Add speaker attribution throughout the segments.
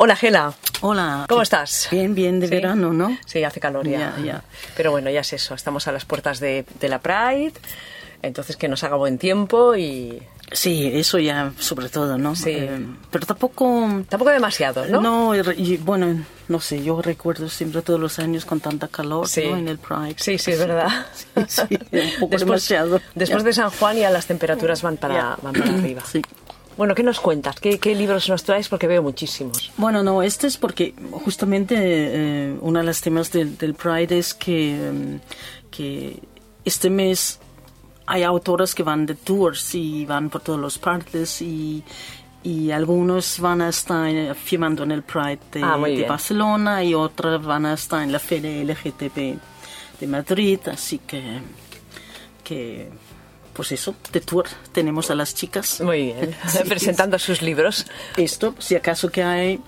Speaker 1: Hola, Gela.
Speaker 2: Hola.
Speaker 1: ¿Cómo estás?
Speaker 2: Bien, bien de
Speaker 1: ¿Sí?
Speaker 2: verano, ¿no?
Speaker 1: Sí, hace calor ya.
Speaker 2: Ya, ya.
Speaker 1: Pero bueno, ya es eso. Estamos a las puertas de, de la Pride. Entonces, que nos haga buen tiempo y
Speaker 2: Sí, eso ya sobre todo, ¿no? Eh,
Speaker 1: Sí.
Speaker 2: pero tampoco...
Speaker 1: tampoco demasiado, ¿no?
Speaker 2: No, y re- y bueno, no sé, yo recuerdo siempre todos los años con tanta calor
Speaker 1: Sí.
Speaker 2: ¿no? en el Pride.
Speaker 1: Sí, sí, es verdad.
Speaker 2: Sí, sí, un poco demasiado.
Speaker 1: Después
Speaker 2: Ya.
Speaker 1: de San Juan ya las temperaturas van para,
Speaker 2: Ya.
Speaker 1: van para arriba.
Speaker 2: Sí.
Speaker 1: Bueno, ¿qué nos cuentas? ¿Qué, qué libros nos traes? Porque veo muchísimos.
Speaker 2: Bueno, no, este es porque justamente eh, una de las temas del, del Pride es que, em, que este mes hay autoras que van de tours y van por todas las partes y, y algunos van a estar eh, firmando en el Pride de,
Speaker 1: Ah, muy
Speaker 2: de
Speaker 1: bien.
Speaker 2: Barcelona y otras van a estar en la Feria LGTB de Madrid, así que, que pues eso, de tour tenemos a las chicas.
Speaker 1: Muy bien.
Speaker 2: Sí.
Speaker 1: Presentando sus libros.
Speaker 2: Esto, si acaso que hay,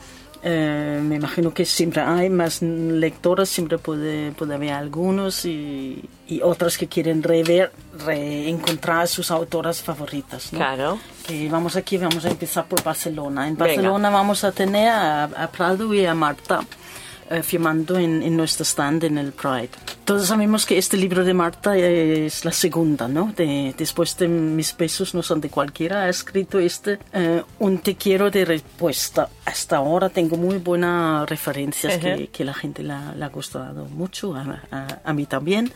Speaker 2: eh, me imagino que siempre hay más lectoras, siempre puede, puede haber algunos y, y otras que quieren rever, reencontrar sus autoras favoritas. ¿no?
Speaker 1: Claro.
Speaker 2: Que vamos aquí, vamos a empezar por Barcelona. En
Speaker 1: Venga.
Speaker 2: Barcelona vamos a tener a, a Prado y a Marta eh, firmando en, en nuestro stand en el Pride. Todos sabemos que este libro de Marta eh, es la segunda, ¿no? De- después de Mis besos no son de cualquiera, ha escrito este eh, Un te quiero de respuesta. Hasta ahora tengo muy buenas referencias
Speaker 1: Ajá.
Speaker 2: que, que la gente la, la ha gustado mucho, a, a- a mí también.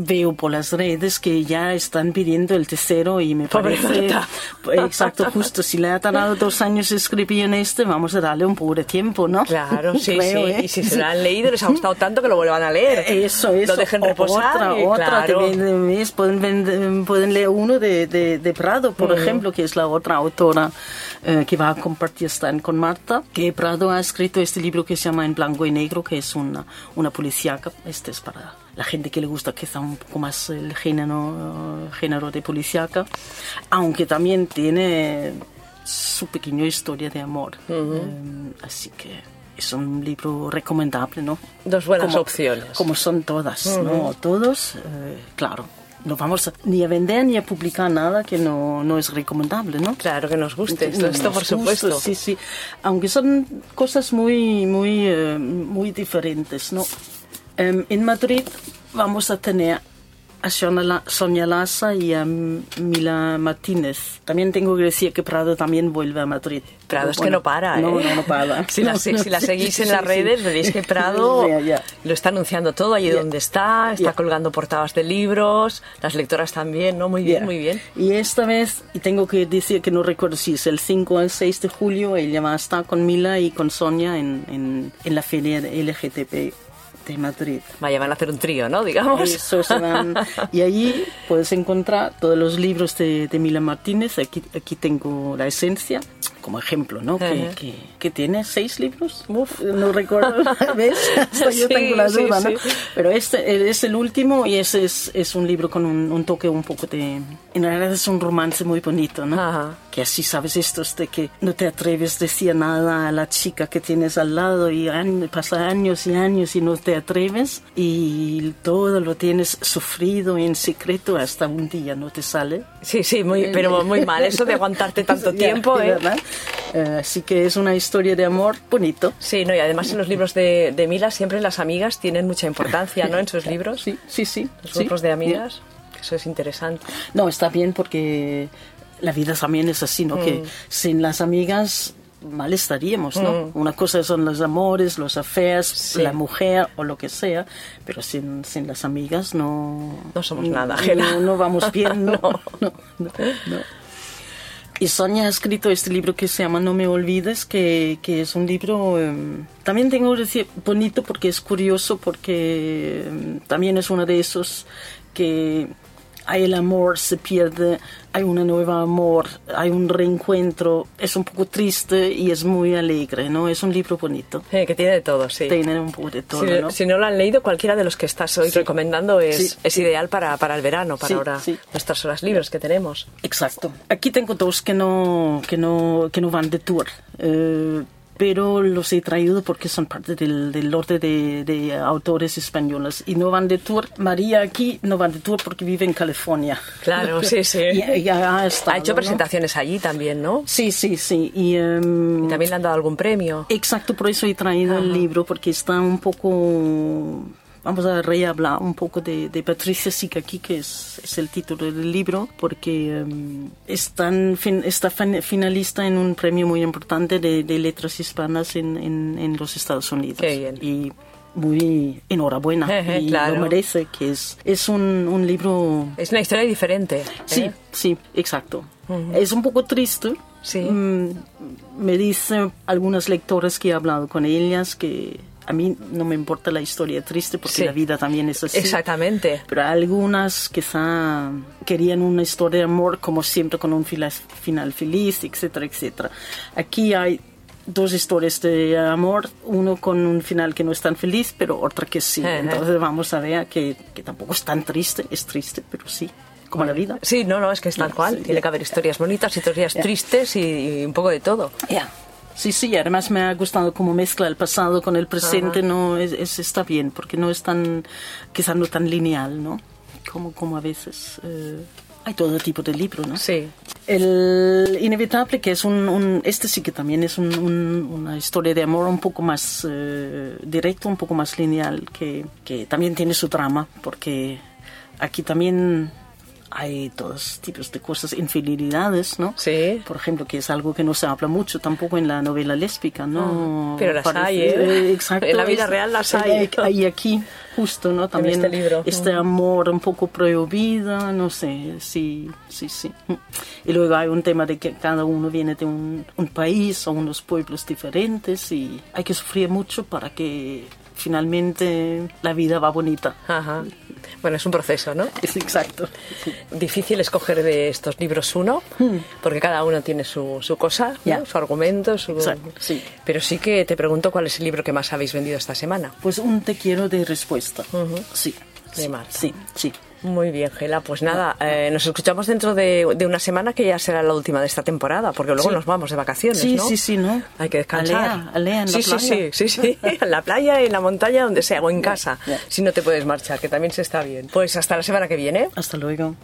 Speaker 2: Veo por las redes que ya están pidiendo el tercero y me
Speaker 1: Pobre
Speaker 2: parece...
Speaker 1: Marta.
Speaker 2: pues, Exacto, justo. Si le ha tardado dos años escribir en este, vamos a darle un poco de tiempo, ¿no?
Speaker 1: Claro, sí,
Speaker 2: Creo,
Speaker 1: sí.
Speaker 2: ¿eh?
Speaker 1: Y si se lo han leído, les ha gustado tanto que lo vuelvan a leer.
Speaker 2: Eso, eso.
Speaker 1: Lo dejen
Speaker 2: O
Speaker 1: reposar.
Speaker 2: Otra,
Speaker 1: y,
Speaker 2: otra.
Speaker 1: claro.
Speaker 2: te venden mes, pueden, vender- pueden leer uno de, de- de Prado, por ejemplo, que es la otra autora eh, que va a compartir stand con Marta. Que Prado ha escrito este libro que se llama En Blanco y Negro, que es una, una policíaca. Este es para la gente que le gusta quizá un poco más el género, género de policíaca. Aunque también tiene su pequeña historia de amor. Eh, así que es un libro recomendable, ¿no?
Speaker 1: Dos buenas opciones.
Speaker 2: Como son todas, ¿no? Todos, eh, claro. No vamos a- ni a vender ni a publicar nada que no, no es recomendable, ¿no?
Speaker 1: Claro que nos guste. Esto,
Speaker 2: No,
Speaker 1: esto por
Speaker 2: justo,
Speaker 1: supuesto.
Speaker 2: Sí, sí. Aunque son cosas muy, muy, eh, muy diferentes, ¿no? Em, en Madrid vamos a tener a Sonia La- Sonia Lassa y a M- Mila Martínez. También tengo que decir que Prado también vuelve a Madrid.
Speaker 1: Prado
Speaker 2: Pero
Speaker 1: es que
Speaker 2: bueno,
Speaker 1: no para, ¿eh?
Speaker 2: No, no, no para.
Speaker 1: Si la,
Speaker 2: No,
Speaker 1: se-
Speaker 2: no,
Speaker 1: si la
Speaker 2: sí,
Speaker 1: seguís
Speaker 2: sí,
Speaker 1: en las
Speaker 2: sí.
Speaker 1: redes, veréis que Prado
Speaker 2: Ya, ya.
Speaker 1: lo está anunciando todo allí
Speaker 2: Ya.
Speaker 1: donde está, está
Speaker 2: Ya.
Speaker 1: colgando portadas de libros, las lectoras también, ¿no? Muy bien,
Speaker 2: Yeah.
Speaker 1: muy bien.
Speaker 2: Y esta vez, y tengo que decir que no recuerdo si es el 5 o el 6 de julio, ella va a estar con Mila y con Sonia en, en, en la feria de LGTB de Madrid.
Speaker 1: Vaya, van a hacer un trío, ¿no? Digamos.
Speaker 2: Eso se van- y allí puedes encontrar todos los libros de, de Mila Martínez. Aquí, aquí tengo la esencia como ejemplo, ¿no? Que,
Speaker 1: Ajá.
Speaker 2: que- que tiene seis libros.
Speaker 1: Uf.
Speaker 2: No recuerdo, ¿ves? Hasta yo
Speaker 1: Sí,
Speaker 2: tengo la
Speaker 1: sí,
Speaker 2: duda, ¿no?
Speaker 1: sí.
Speaker 2: Pero este es el último y ese es, es un libro con un, un toque un poco de... En realidad es un romance muy bonito, ¿no?
Speaker 1: Ajá.
Speaker 2: Que así sabes esto es de que no te atreves a decir nada a la chica que tienes al lado y an- pasa años y años y no te atreves y todo lo tienes sufrido en secreto hasta un día no te sale.
Speaker 1: Sí, sí, muy, pero muy mal eso de aguantarte tanto tiempo,
Speaker 2: Ya,
Speaker 1: ¿eh?
Speaker 2: ¿verdad? Eh, así que es una historia de amor bonito.
Speaker 1: Sí, no, y además en los libros de, de Mila siempre las amigas tienen mucha importancia, ¿no? En sus libros,
Speaker 2: Sí, sí, sí.
Speaker 1: los
Speaker 2: sí.
Speaker 1: grupos de
Speaker 2: Ya.
Speaker 1: amigas, que eso es interesante.
Speaker 2: No, está bien porque la vida también es así, ¿no?
Speaker 1: Mm.
Speaker 2: Que sin las amigas mal estaríamos,
Speaker 1: Mm.
Speaker 2: ¿no? Una cosa son los amores, los affairs, la mujer o lo que sea, pero sin, sin las amigas no...
Speaker 1: No somos nada, Gela.
Speaker 2: No, no vamos bien, no,
Speaker 1: No.
Speaker 2: no, no, no. Y Sonia ha escrito este libro que se llama No me olvides, que, que es un libro, em, también tengo que decir, bonito porque es curioso, porque em, también es uno de esos que hay el amor, se pierde, hay un nuevo amor, hay un reencuentro, es un poco triste y es muy alegre, ¿no? Es un libro bonito,
Speaker 1: Eh, que tiene de todo, sí.
Speaker 2: tiene un poco de todo,
Speaker 1: si,
Speaker 2: ¿no?
Speaker 1: si no lo han leído, cualquiera de los que estás hoy recomendando es,
Speaker 2: Sí.
Speaker 1: es ideal para, para el verano, para
Speaker 2: Sí,
Speaker 1: ahora
Speaker 2: sí.
Speaker 1: nuestras horas libres que tenemos.
Speaker 2: Exacto. Aquí tengo dos que no, que no, que no van de tour. Eh, pero los he traído porque son parte del, del orden de, de autores españoles. Y no van de tour, María aquí no van de tour porque vive en California.
Speaker 1: Claro, sí, sí.
Speaker 2: Ya- ya ha
Speaker 1: Eh. Ha
Speaker 2: estado,
Speaker 1: hecho
Speaker 2: ¿no?
Speaker 1: presentaciones allí también, ¿no?
Speaker 2: Sí, sí, sí. Y, em,
Speaker 1: Y también le han dado algún premio.
Speaker 2: Exacto, por eso he traído el libro, porque está un poco. Vamos a rehablar un poco de, de Patricia Sikaki, que es, es el título del libro, porque em, es tan fin- está fin- finalista en un premio muy importante de, de letras hispanas en, en- en los Estados Unidos.
Speaker 1: Qué bien.
Speaker 2: Y muy enhorabuena,
Speaker 1: Ejé,
Speaker 2: y
Speaker 1: claro.
Speaker 2: lo merece, que es, es un, un libro
Speaker 1: Es una historia diferente. ¿eh?
Speaker 2: Sí, sí, exacto. Es un poco triste.
Speaker 1: Sí.
Speaker 2: Mm, me dicen algunas lectoras que he hablado con ellas que a mí no me importa la historia triste porque
Speaker 1: Sí.
Speaker 2: la vida también es así.
Speaker 1: Exactamente.
Speaker 2: Pero algunas quizá querían una historia de amor como siempre con un fila- final feliz, etcétera, etcétera. Aquí hay dos historias de amor, uno con un final que no es tan feliz, pero otra que sí.
Speaker 1: Ajá.
Speaker 2: Entonces vamos a ver que, que tampoco es tan triste, es triste, pero sí, como la vida.
Speaker 1: Sí, no, no, es que es tal
Speaker 2: Ya,
Speaker 1: cual.
Speaker 2: sí,
Speaker 1: Tiene
Speaker 2: ya.
Speaker 1: que haber historias bonitas, historias
Speaker 2: Ya.
Speaker 1: tristes y, y un poco de todo.
Speaker 2: Ya. Sí, sí, además me ha gustado cómo mezcla el pasado con el presente, no es, es- está bien, porque no es tan, quizás no tan lineal, ¿no? Como, como a veces eh, hay todo tipo de libro, ¿no?
Speaker 1: Sí.
Speaker 2: El Inevitable, que es un, un- este sí que también es un- un- una historia de amor un poco más eh, directa, un poco más lineal, que, que también tiene su trama, porque aquí también hay todos tipos de cosas, infidelidades, ¿no?
Speaker 1: Sí.
Speaker 2: Por ejemplo, que es algo que no se habla mucho tampoco en la novela lésbica, ¿no?
Speaker 1: Ah, pero las hay, ¿eh?
Speaker 2: exacto.
Speaker 1: En la vida
Speaker 2: es-
Speaker 1: real las hay.
Speaker 2: Y aquí, justo, ¿no? También
Speaker 1: este libro.
Speaker 2: este amor un poco prohibido, no sé, sí, sí, sí. Y luego hay un tema de que cada uno viene de un, un país o unos pueblos diferentes y hay que sufrir mucho para que finalmente la vida va bonita.
Speaker 1: Ajá. Bueno, es un proceso, ¿no?
Speaker 2: Es exacto. Sí.
Speaker 1: Difícil escoger de estos libros uno, porque cada uno tiene su, su cosa, ¿no?
Speaker 2: Ya.
Speaker 1: su argumento, su...
Speaker 2: Exacto, sí.
Speaker 1: Pero sí que te pregunto cuál es el libro que más habéis vendido esta semana.
Speaker 2: Pues un te quiero de respuesta. Sí.
Speaker 1: De
Speaker 2: sí,
Speaker 1: Marta.
Speaker 2: sí, sí.
Speaker 1: Muy bien, Gela. Pues nada, eh, nos escuchamos dentro de, de una semana que ya será la última de esta temporada, porque luego
Speaker 2: Sí.
Speaker 1: nos vamos de vacaciones,
Speaker 2: Sí,
Speaker 1: ¿no?
Speaker 2: sí, sí, ¿no?
Speaker 1: Hay que descansar.
Speaker 2: Alea, alea en
Speaker 1: sí,
Speaker 2: la
Speaker 1: sí,
Speaker 2: playa.
Speaker 1: sí, sí, sí, en la playa, en la montaña, donde sea, o en casa,
Speaker 2: ya.
Speaker 1: si no te puedes marchar, que también se está bien. Pues hasta la semana que viene.
Speaker 2: Hasta luego.